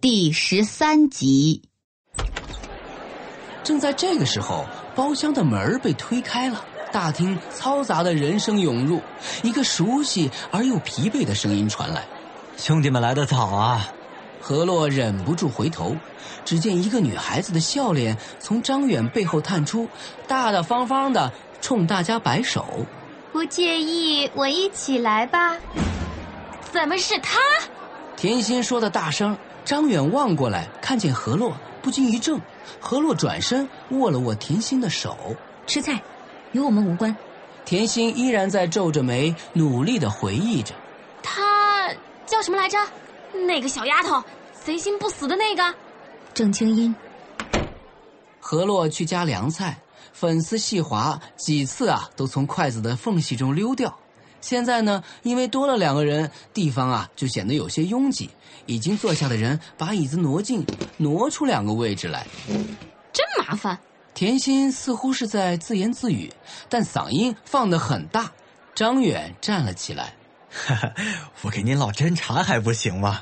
第十三集。正在这个时候，包厢的门儿被推开了，大厅嘈杂的人声涌入，一个熟悉而又疲惫的声音传来。兄弟们来得早啊！何洛忍不住回头，只见一个女孩子的笑脸从张远背后探出，大大方方的冲大家摆手。不介意我一起来吧？怎么是他？甜心说的大声。张远望过来，看见何洛，不禁一怔。何洛转身握了握甜心的手。吃菜，与我们无关。甜心依然在皱着眉，努力的回忆着。她叫什么来着？那个小丫头，贼心不死的那个，郑清音。何洛去夹凉菜，粉丝细滑，几次啊都从筷子的缝隙中溜掉。现在呢，因为多了两个人，地方啊就显得有些拥挤。已经坐下的人把椅子挪进，挪出两个位置来，真麻烦。甜心似乎是在自言自语，但嗓音放得很大。张远站了起来，哈哈， 我给您老斟茶还不行吗？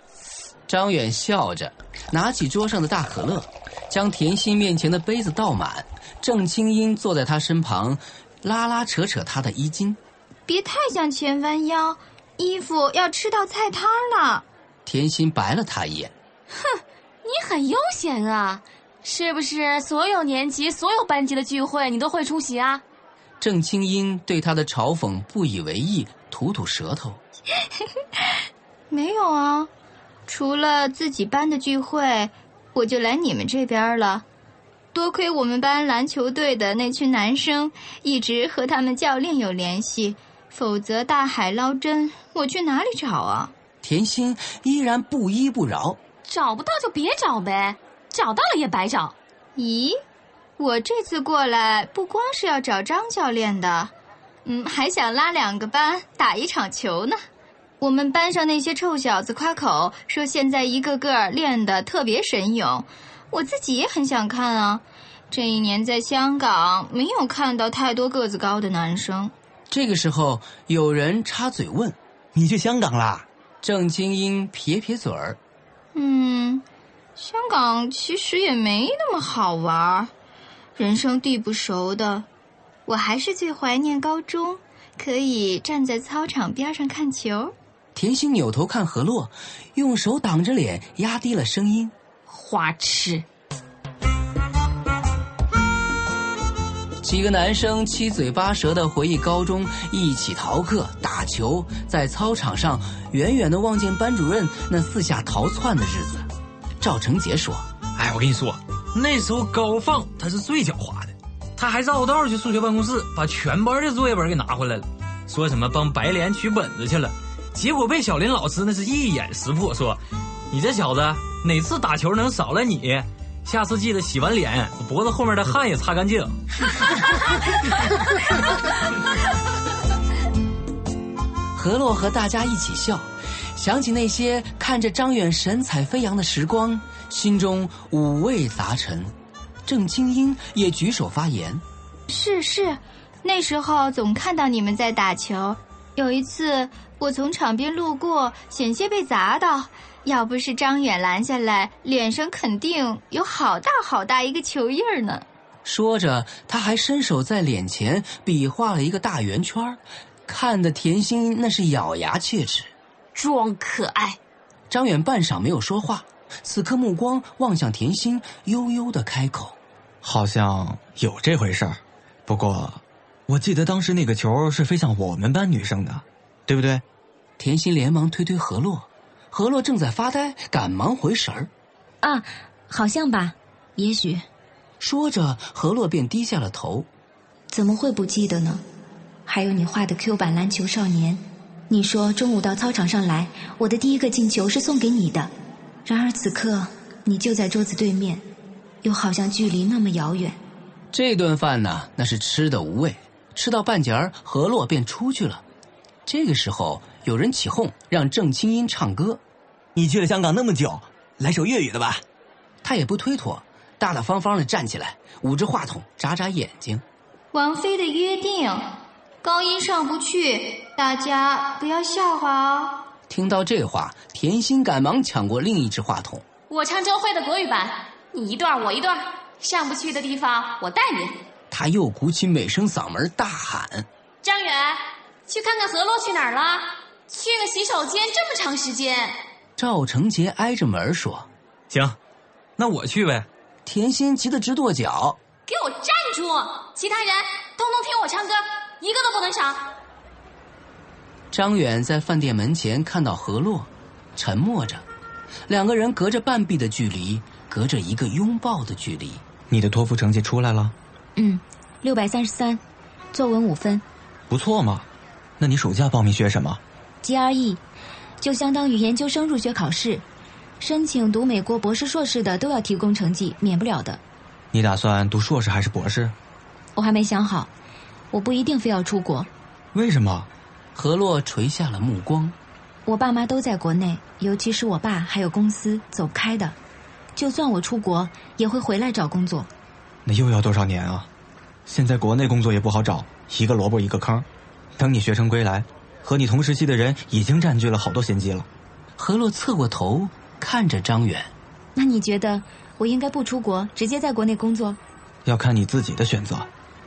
张远笑着，拿起桌上的大可乐，将甜心面前的杯子倒满。郑清英坐在他身旁，拉拉扯扯他的衣襟。别太向前弯腰，衣服要吃到菜摊了。甜心白了他一眼，哼，你很悠闲啊，是不是？所有年级、所有班级的聚会你都会出席啊？郑清英对他的嘲讽不以为意，吐吐舌头。没有啊，除了自己班的聚会，我就来你们这边了。多亏我们班篮球队的那群男生一直和他们教练有联系，否则大海捞针，我去哪里找啊？甜心依然不依不饶，找不到就别找呗，找到了也白找。咦，我这次过来不光是要找张教练的，嗯，还想拉两个班打一场球呢。我们班上那些臭小子夸口说现在一个个练得特别神勇，我自己也很想看啊。这一年在香港没有看到太多个子高的男生。这个时候，有人插嘴问：“你去香港啦？”郑清英撇撇嘴儿，嗯，香港其实也没那么好玩儿，人生地不熟的，我还是最怀念高中，可以站在操场边上看球。甜心扭头看何洛，用手挡着脸，压低了声音：“花痴。”几个男生七嘴八舌的回忆高中一起逃课、打球，在操场上远远的望见班主任那四下逃窜的日子。赵成杰说：“哎，我跟你说，那时候高放他是最狡猾的，他还绕道去数学办公室，把全班的作业本给拿回来了，说什么帮白莲取本子去了，结果被小林老师那是一眼识破，说：你这小子哪次打球能少了你？”下次记得洗完脸，脖子后面的汗也擦干净。何洛和大家一起笑，想起那些看着张远神采飞扬的时光，心中五味杂陈。郑清英也举手发言：“是是，那时候总看到你们在打球。有一次我从场边路过，险些被砸到。”要不是张远拦下来，脸上肯定有好大好大一个球印儿呢。说着，他还伸手在脸前比划了一个大圆圈看得甜心那是咬牙切齿。装可爱。张远半晌没有说话，此刻目光望向甜心，悠悠的开口：“好像有这回事儿，不过我记得当时那个球是飞向我们班女生的，对不对？”甜心连忙推推何洛。何洛正在发呆，赶忙回神儿。啊，好像吧，也许。说着，何洛便低下了头。怎么会不记得呢？还有你画的 Q 版篮球少年，你说中午到操场上来，我的第一个进球是送给你的。然而此刻，你就在桌子对面，又好像距离那么遥远。这顿饭呢，那是吃的无味，吃到半截儿，何洛便出去了。这个时候，有人起哄让郑清音唱歌，你去了香港那么久，来首粤语的吧。他也不推脱，大大方方的站起来，捂着话筒，眨眨眼睛。王菲的约定，高音上不去，大家不要笑话哦。听到这话，甜心赶忙抢过另一只话筒。我唱周慧的国语版，你一段我一段，上不去的地方我带你。他又鼓起美声嗓门大喊。张远，去看看何洛去哪儿了？去个洗手间这么长时间，赵成杰挨着门说行，那我去呗。：“甜心急得直跺脚。给我站住！其他人通通听我唱歌，一个都不能少。”张远在饭店门前看到何洛，沉默着。两个人隔着半臂的距离，隔着一个拥抱的距离。你的托福成绩出来了，嗯，六百三十三，作文五分不错嘛。那你暑假报名学什么？ ，GRE，就 E，相当于研究生入学考试。申请读美国博士、硕士的都要提供成绩，免不了的。你打算读硕士还是博士？我还没想好，我不一定非要出国。为什么？何洛垂下了目光。我爸妈都在国内，尤其是我爸还有公司走不开的。就算我出国，也会回来找工作。那又要多少年啊？现在国内工作也不好找，一个萝卜一个坑。等你学成归来，和你同时期的人已经占据了好多先机了。何洛侧过头看着张远，那你觉得我应该不出国，直接在国内工作？要看你自己的选择。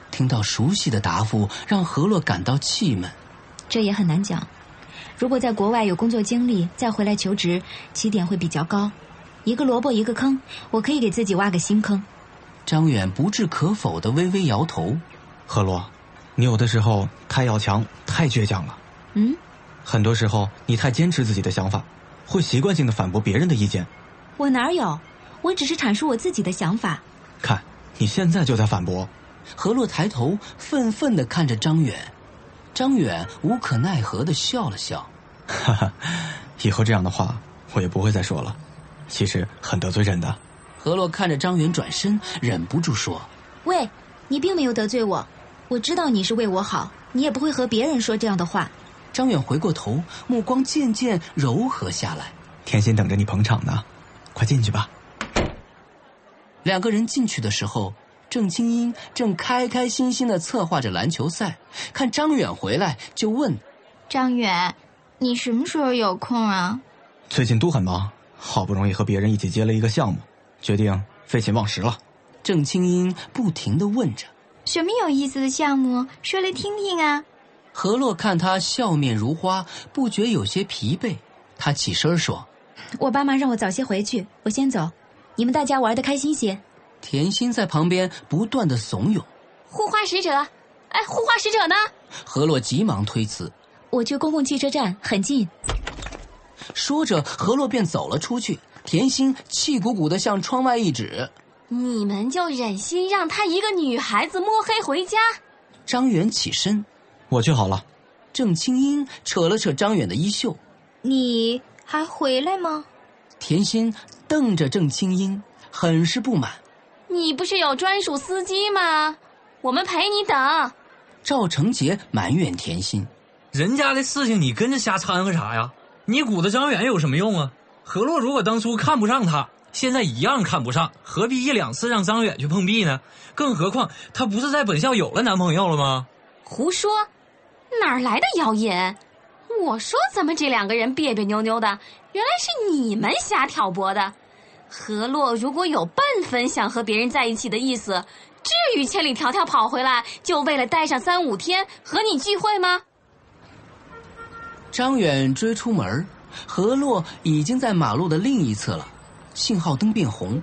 听到熟悉的答复，让何洛感到气闷。这也很难讲。如果在国外有工作经历，再回来求职，起点会比较高。一个萝卜一个坑，我可以给自己挖个新坑。张远不置可否的微微摇头。何洛，你有的时候太要强，太倔强了。嗯，很多时候你太坚持自己的想法，会习惯性的反驳别人的意见。我哪儿有？我只是阐述我自己的想法。看，你现在就在反驳。 何洛抬头愤愤的看着张远，张远无可奈何的笑了笑。哈哈，以后这样的话我也不会再说了。其实很得罪人的。何洛看着张远转身，忍不住说喂，你并没有得罪我，我知道你是为我好，你也不会和别人说这样的话。：“张远回过头，目光渐渐柔和下来。甜心等着你捧场呢，快进去吧。”两个人进去的时候，郑清英正开开心心的策划着篮球赛，看张远回来就问张远，你什么时候有空啊？最近都很忙，好不容易和别人一起接了一个项目，决定废寝忘食了。郑清英不停的问着。什么有意思的项目？说来听听啊！何洛看他笑面如花，不觉有些疲惫。他起身说我爸妈让我早些回去，我先走，你们大家玩的开心些。：“甜心在旁边不断的怂恿。护花使者，哎，护花使者呢？”何洛急忙推辞，我去公共汽车站，很近。说着何洛便走了出去。甜心气鼓鼓的向窗外一指，你们就忍心让她一个女孩子摸黑回家？张远起身，我去好了，郑清英扯了扯张远的衣袖，你还回来吗？甜心瞪着郑清英，很是不满。你不是有专属司机吗？我们陪你等。赵成杰埋怨甜心，人家的事情你跟着瞎掺和啥呀？你鼓捣张远有什么用啊？何洛如果当初看不上他，现在一样看不上，何必一两次让张远去碰壁呢？更何况他不是在本校有了男朋友了吗？胡说，哪儿来的谣言？我说怎么这两个人别别扭扭的，原来是你们瞎挑拨的。何洛如果有半分想和别人在一起的意思，至于千里迢迢跑回来就为了待上三五天和你聚会吗？张远追出门儿，何洛已经在马路的另一侧了，信号灯变红，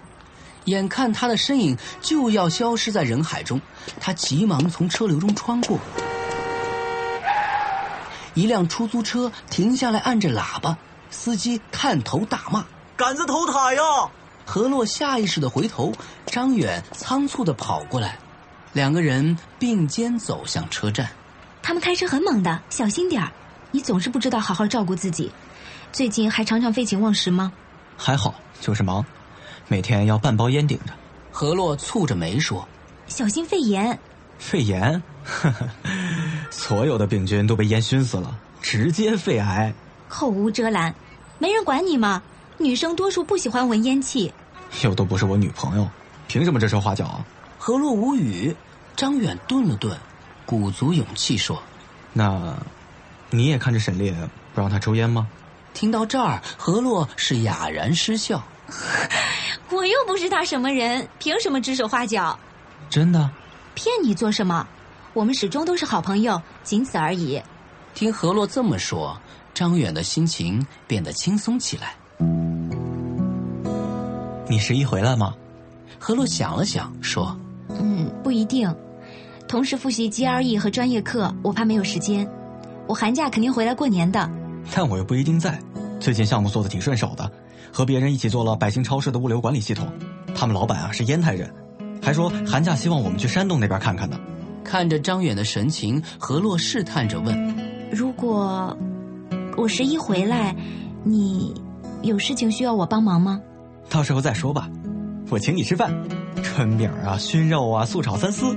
眼看他的身影就要消失在人海中，他急忙从车流中穿过。一辆出租车停下来，按着喇叭，司机探头大骂。杆子头塔呀！何洛下意识的回头，张远仓促的跑过来，两个人并肩走向车站。他们开车很猛的，小心点儿。你总是不知道好好照顾自己，最近还常常废寝忘食吗？还好，就是忙。每天要半包烟顶着。何洛蹙着眉说小心肺炎。肺炎， 呵呵所有的病菌都被烟熏死了，直接肺癌。后无遮拦，没人管你吗？女生多数不喜欢闻烟气。又都不是我女朋友，凭什么指手画脚啊？：“何洛无语。”张远顿了顿，鼓足勇气说那，你也看着沈烈不让他抽烟吗？：“听到这儿，何洛是哑然失笑。我又不是他什么人，凭什么指手画脚？真的？骗你做什么？我们始终都是好朋友，仅此而已。”听何洛这么说，张远的心情变得轻松起来。你十一回来吗？何洛想了想，说嗯，不一定。同时复习 GRE 和专业课，我怕没有时间。我寒假肯定回来过年的。但我又不一定在。最近项目做的挺顺手的，和别人一起做了百兴超市的物流管理系统。他们老板啊是烟台人，还说寒假希望我们去山东那边看看呢。：“看着张远的神情，何洛试探着问。如果我十一回来，你有事情需要我帮忙吗？到时候再说吧。我请你吃饭，春饼啊、熏肉啊、素炒三丝。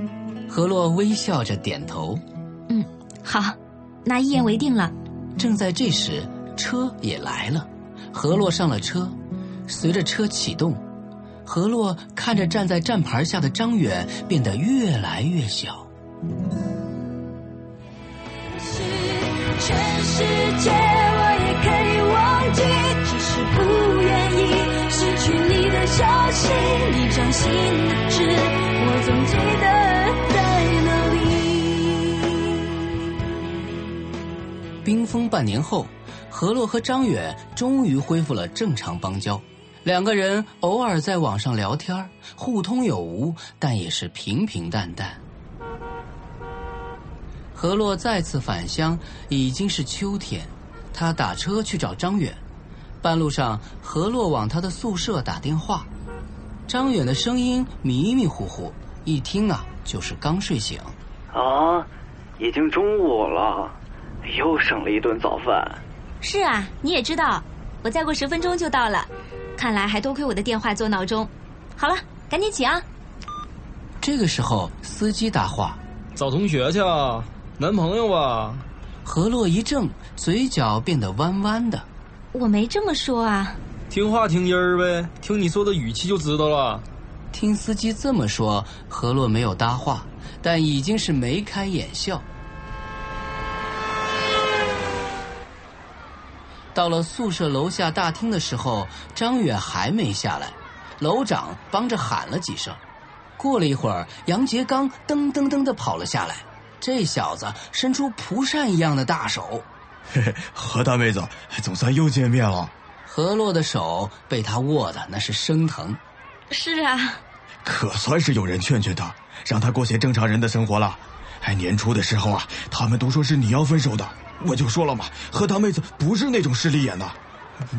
何洛微笑着点头。嗯好，那一言为定了。正在这时，车也来了，何洛上了车。随着车启动，何洛看着站在站牌下的张远变得越来越小。是全世界我也可以忘记，只是不愿意失去你的消息，你掌心的痣，我总记得在哪里。冰封半年后，何洛和张远终于恢复了正常邦交，两个人偶尔在网上聊天儿，互通有无，但也是平平淡淡。何洛再次返乡，已经是秋天，他打车去找张远。半路上，何洛往他的宿舍打电话，张远的声音迷迷糊糊，一听啊就是刚睡醒。啊，已经中午了，又省了一顿早饭。是啊，你也知道，我再过十分钟就到了。看来还多亏我的电话做闹钟。好了，赶紧起啊！这个时候，司机搭话，找同学去啊，男朋友啊，何洛一怔，嘴角变得弯弯的。我没这么说啊。听话听音儿呗，听你说的语气就知道了。听司机这么说，何洛没有搭话，但已经是眉开眼笑。到了宿舍楼下大厅的时候，张远还没下来，楼长帮着喊了几声。过了一会儿，杨杰刚噔噔噔的跑了下来，这小子伸出蒲扇一样的大手， 何大妹子，哎总算又见面了。何洛的手被他握的那是生疼。是啊，可算是有人劝劝他，让他过些正常人的生活了。哎，年初的时候啊，他们都说是你要分手的，我就说了嘛，和他妹子不是那种势利眼的。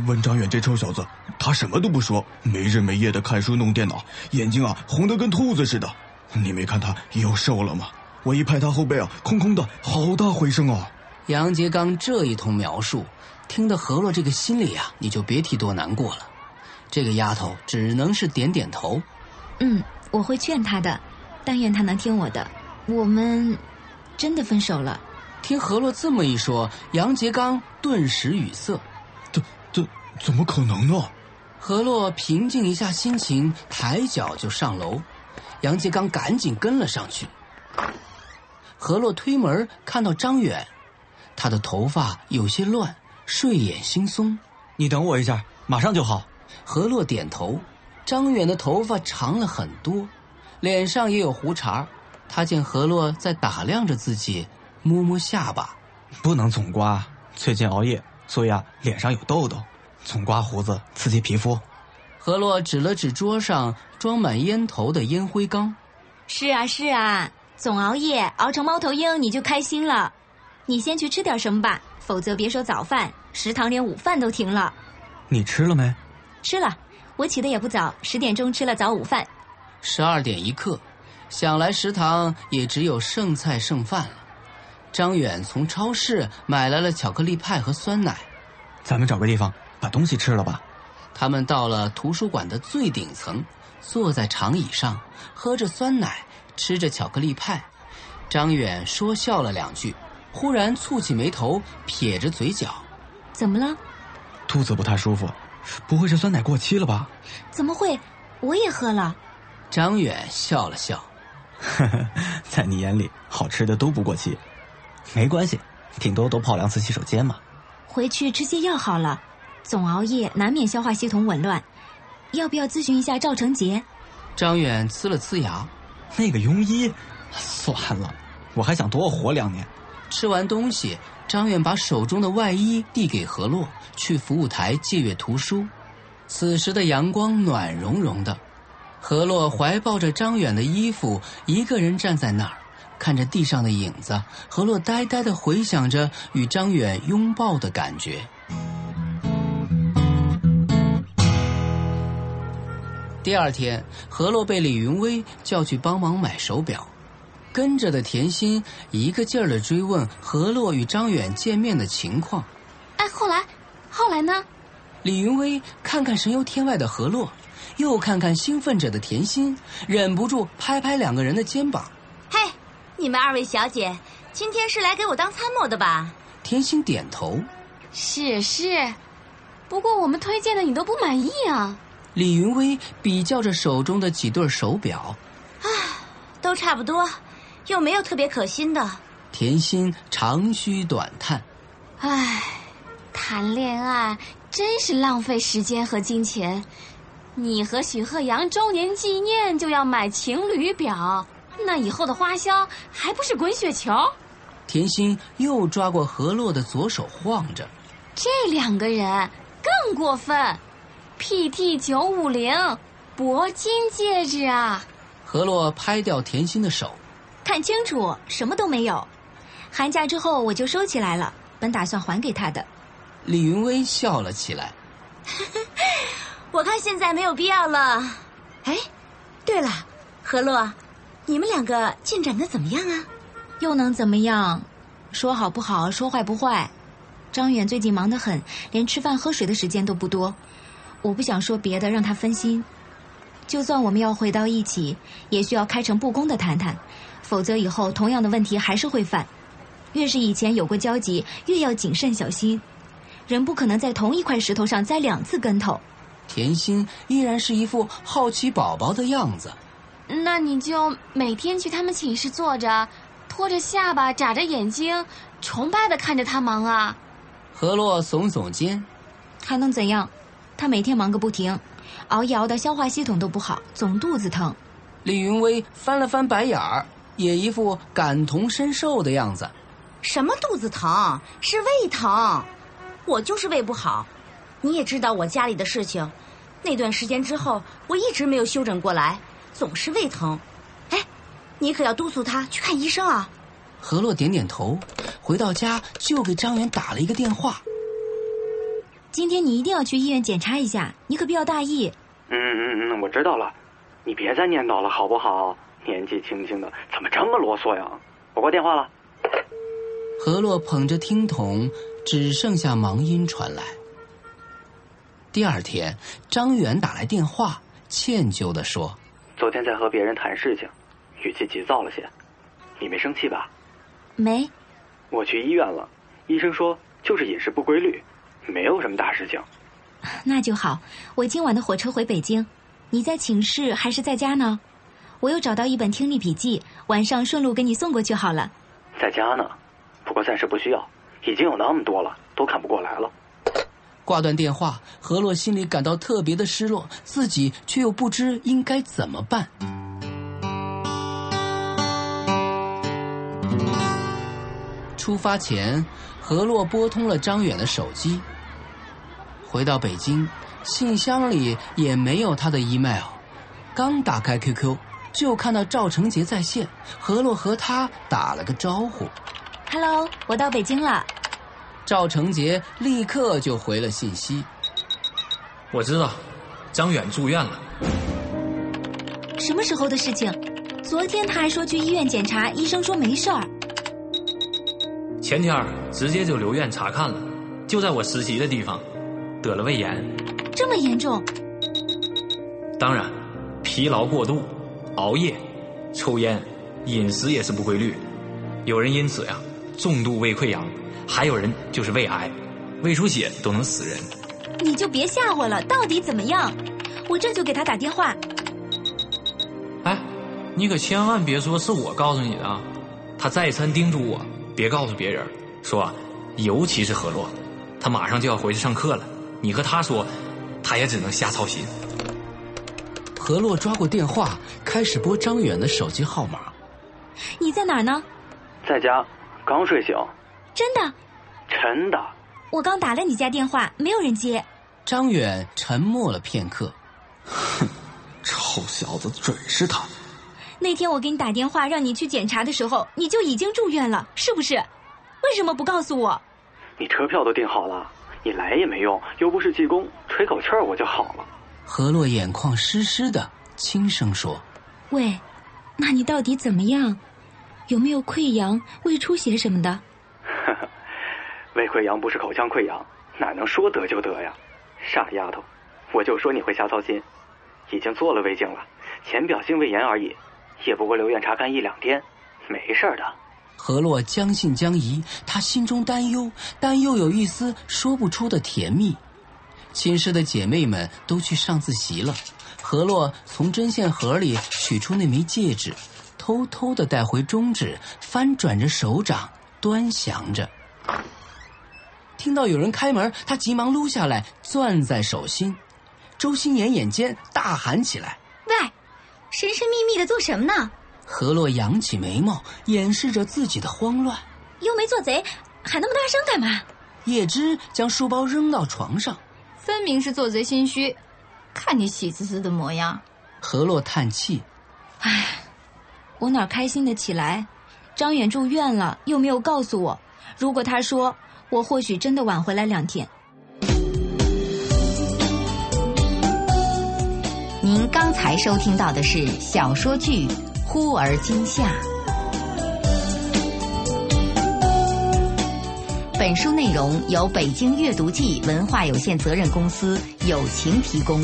问张远这臭小子，他什么都不说，没日没夜的看书弄电脑，眼睛啊红得跟兔子似的。你没看他又瘦了吗？我一拍他后背啊，空空的，好大回声啊！杨杰刚这一通描述，听得何洛这个心里啊，你就别提多难过了。这个丫头只能是点点头。嗯，我会劝他的，但愿他能听我的。我们真的分手了。听何洛这么一说，杨杰刚顿时语塞。怎怎怎么可能呢？何洛平静一下心情，抬脚就上楼。杨杰刚赶紧跟了上去。何洛推门看到张远，他的头发有些乱，睡眼惺忪。你等我一下，马上就好。何洛点头。张远的头发长了很多，脸上也有胡茬儿。他见何洛在打量着自己，摸摸下巴。不能总刮，最近熬夜，所以啊脸上有痘痘，总刮胡子刺激皮肤。何洛指了指桌上装满烟头的烟灰缸。是啊，是啊，总熬夜熬成猫头鹰，你就开心了。你先去吃点什么吧，否则别说早饭，食堂连午饭都停了。你吃了没？吃了，我起的也不早，十点钟吃了早午饭。十二点一刻，想来食堂也只有剩菜剩饭了。张远从超市买来了巧克力派和酸奶。咱们找个地方把东西吃了吧。他们到了图书馆的最顶层，坐在长椅上，喝着酸奶，吃着巧克力派。张远说笑了两句，忽然蹙起眉头，撇着嘴角。怎么了？肚子不太舒服，不会是酸奶过期了吧？ 怎么会？我也喝了。张远笑了笑，在你眼里，好吃的都不过期，没关系，顶多多泡两次洗手间嘛。回去吃些药好了，总熬夜难免消化系统紊乱。要不要咨询一下赵成杰？张远呲了呲牙。那个庸啊医，算了，我还想多活两年。吃完东西，张远把手中的外衣递给何洛，去服务台借阅图书。此时的阳光暖融融的，何洛怀抱着张远的衣服，一个人站在那儿，看着地上的影子。何洛呆呆的回想着与张远拥抱的感觉。第二天，何洛被李云威叫去帮忙买手表。跟着的甜心一个劲儿的追问何洛与张远见面的情况。哎，后来，后来呢？李云威看看神游天外的何洛，又看看兴奋着的甜心，忍不住拍拍两个人的肩膀。嘿，你们二位小姐，今天是来给我当参谋的吧？甜心点头。是是，不过我们推荐的你都不满意啊。李云威比较着手中的几对手表，啊，都差不多。又没有特别可心的，甜心长吁短叹：“唉，谈恋爱真是浪费时间和金钱。你和许鹤阳周年纪念就要买情侣表，那以后的花销还不是滚雪球？”甜心又抓过何洛的左手晃着：“这两个人更过分，PT 九五零铂金戒指啊！”何洛拍掉甜心的手。看清楚，什么都没有。寒假之后我就收起来了，本打算还给他的。李云威笑了起来。我看现在没有必要了。哎，对了，何洛，你们两个进展的怎么样啊？又能怎么样？说好不好，说坏不坏。张远最近忙得很，连吃饭喝水的时间都不多。我不想说别的，让他分心。就算我们要回到一起，也需要开诚布公的谈谈。否则以后同样的问题还是会犯，越是以前有过交集，越要谨慎小心。人不可能在同一块石头上栽两次跟头。甜心依然是一副好奇宝宝的样子。那你就每天去他们寝室坐着，拖着下巴，眨着眼睛，崇拜的看着他忙啊。何洛耸耸肩，还能怎样？他每天忙个不停，熬夜熬到消化系统都不好，总肚子疼。李云威翻了翻白眼儿。也一副感同身受的样子。什么肚子疼？是胃疼，我就是胃不好。你也知道我家里的事情，那段时间之后，我一直没有休整过来，总是胃疼。哎，你可要督促他去看医生啊！何洛点点头，回到家就给张远打了一个电话。今天你一定要去医院检查一下，你可不要大意。嗯嗯嗯，我知道了，你别再念叨了，好不好？年纪轻轻的，怎么这么啰嗦呀？我挂电话了。何洛捧着听筒，只剩下忙音传来。第二天，张远打来电话，歉疚的说：“昨天在和别人谈事情，语气急躁了些，你没生气吧？”“没。”“我去医院了，医生说就是饮食不规律，没有什么大事情。”“那就好。我今晚的火车回北京，你在寝室还是在家呢？”我又找到一本听力笔记，晚上顺路给你送过去好了。在家呢，不过暂时不需要，已经有那么多了，都看不过来了。挂断电话，何洛心里感到特别的失落，自己却又不知应该怎么办。出发前，何洛拨通了张远的手机。回到北京，信箱里也没有他的 email，刚打开 QQ。就看到赵成杰在线，何洛和他打了个招呼：“Hello，我到北京了。”赵成杰立刻就回了信息：“我知道，张远住院了。什么时候的事情？昨天他还说去医院检查，医生说没事儿。前天直接就留院查看了，就在我实习的地方，得了胃炎。这么严重？当然，疲劳过度、熬夜、抽烟、饮食也是不规律，有人因此呀重度胃溃疡，还有人就是胃癌、胃出血都能死人。你就别吓我了，到底怎么样？我这就给他打电话。哎，你可千万别说是我告诉你的啊！他再三叮嘱我别告诉别人，说啊，尤其是何洛，他马上就要回去上课了，你和他说，他也只能瞎操心。何洛抓过电话，开始拨张远的手机号码。你在哪儿呢？在家刚睡醒，真的，真的。我刚打了你家电话，没有人接。张远沉默了片刻，臭小子，准是他。那天我给你打电话让你去检查的时候，你就已经住院了，是不是？为什么不告诉我？你车票都订好了，你来也没用，又不是济公，吹口气儿我就好了。何洛眼眶湿湿的，轻声说喂，那你到底怎么样？有没有溃疡、胃出血什么的？胃溃疡不是口腔溃疡，哪能说得就得呀？傻丫头，我就说你会瞎操心，已经做了胃镜了，浅表性胃炎而已，也不过留院查看一两天，没事儿的。：“何洛将信将疑，他心中担忧，但又有一丝说不出的甜蜜。”寝室的姐妹们都去上自习了，何洛从针线盒里取出那枚戒指，偷偷的带回中指，翻转着手掌，端详着。听到有人开门，他急忙撸下来，攥在手心。周心妍眼尖，大喊起来。喂，神神秘秘的做什么呢？何洛扬起眉毛，掩饰着自己的慌乱。又没做贼，喊那么大声干嘛？叶芝将书包扔到床上，分明是做贼心虚，看你喜滋滋的模样。何洛叹气。我哪儿开心的起来？张远住院了，又没有告诉我。如果他说，我或许真的晚回来两天。您刚才收听到的是小说剧《忽而今夏》。本书内容由北京阅读记文化有限责任公司友情提供，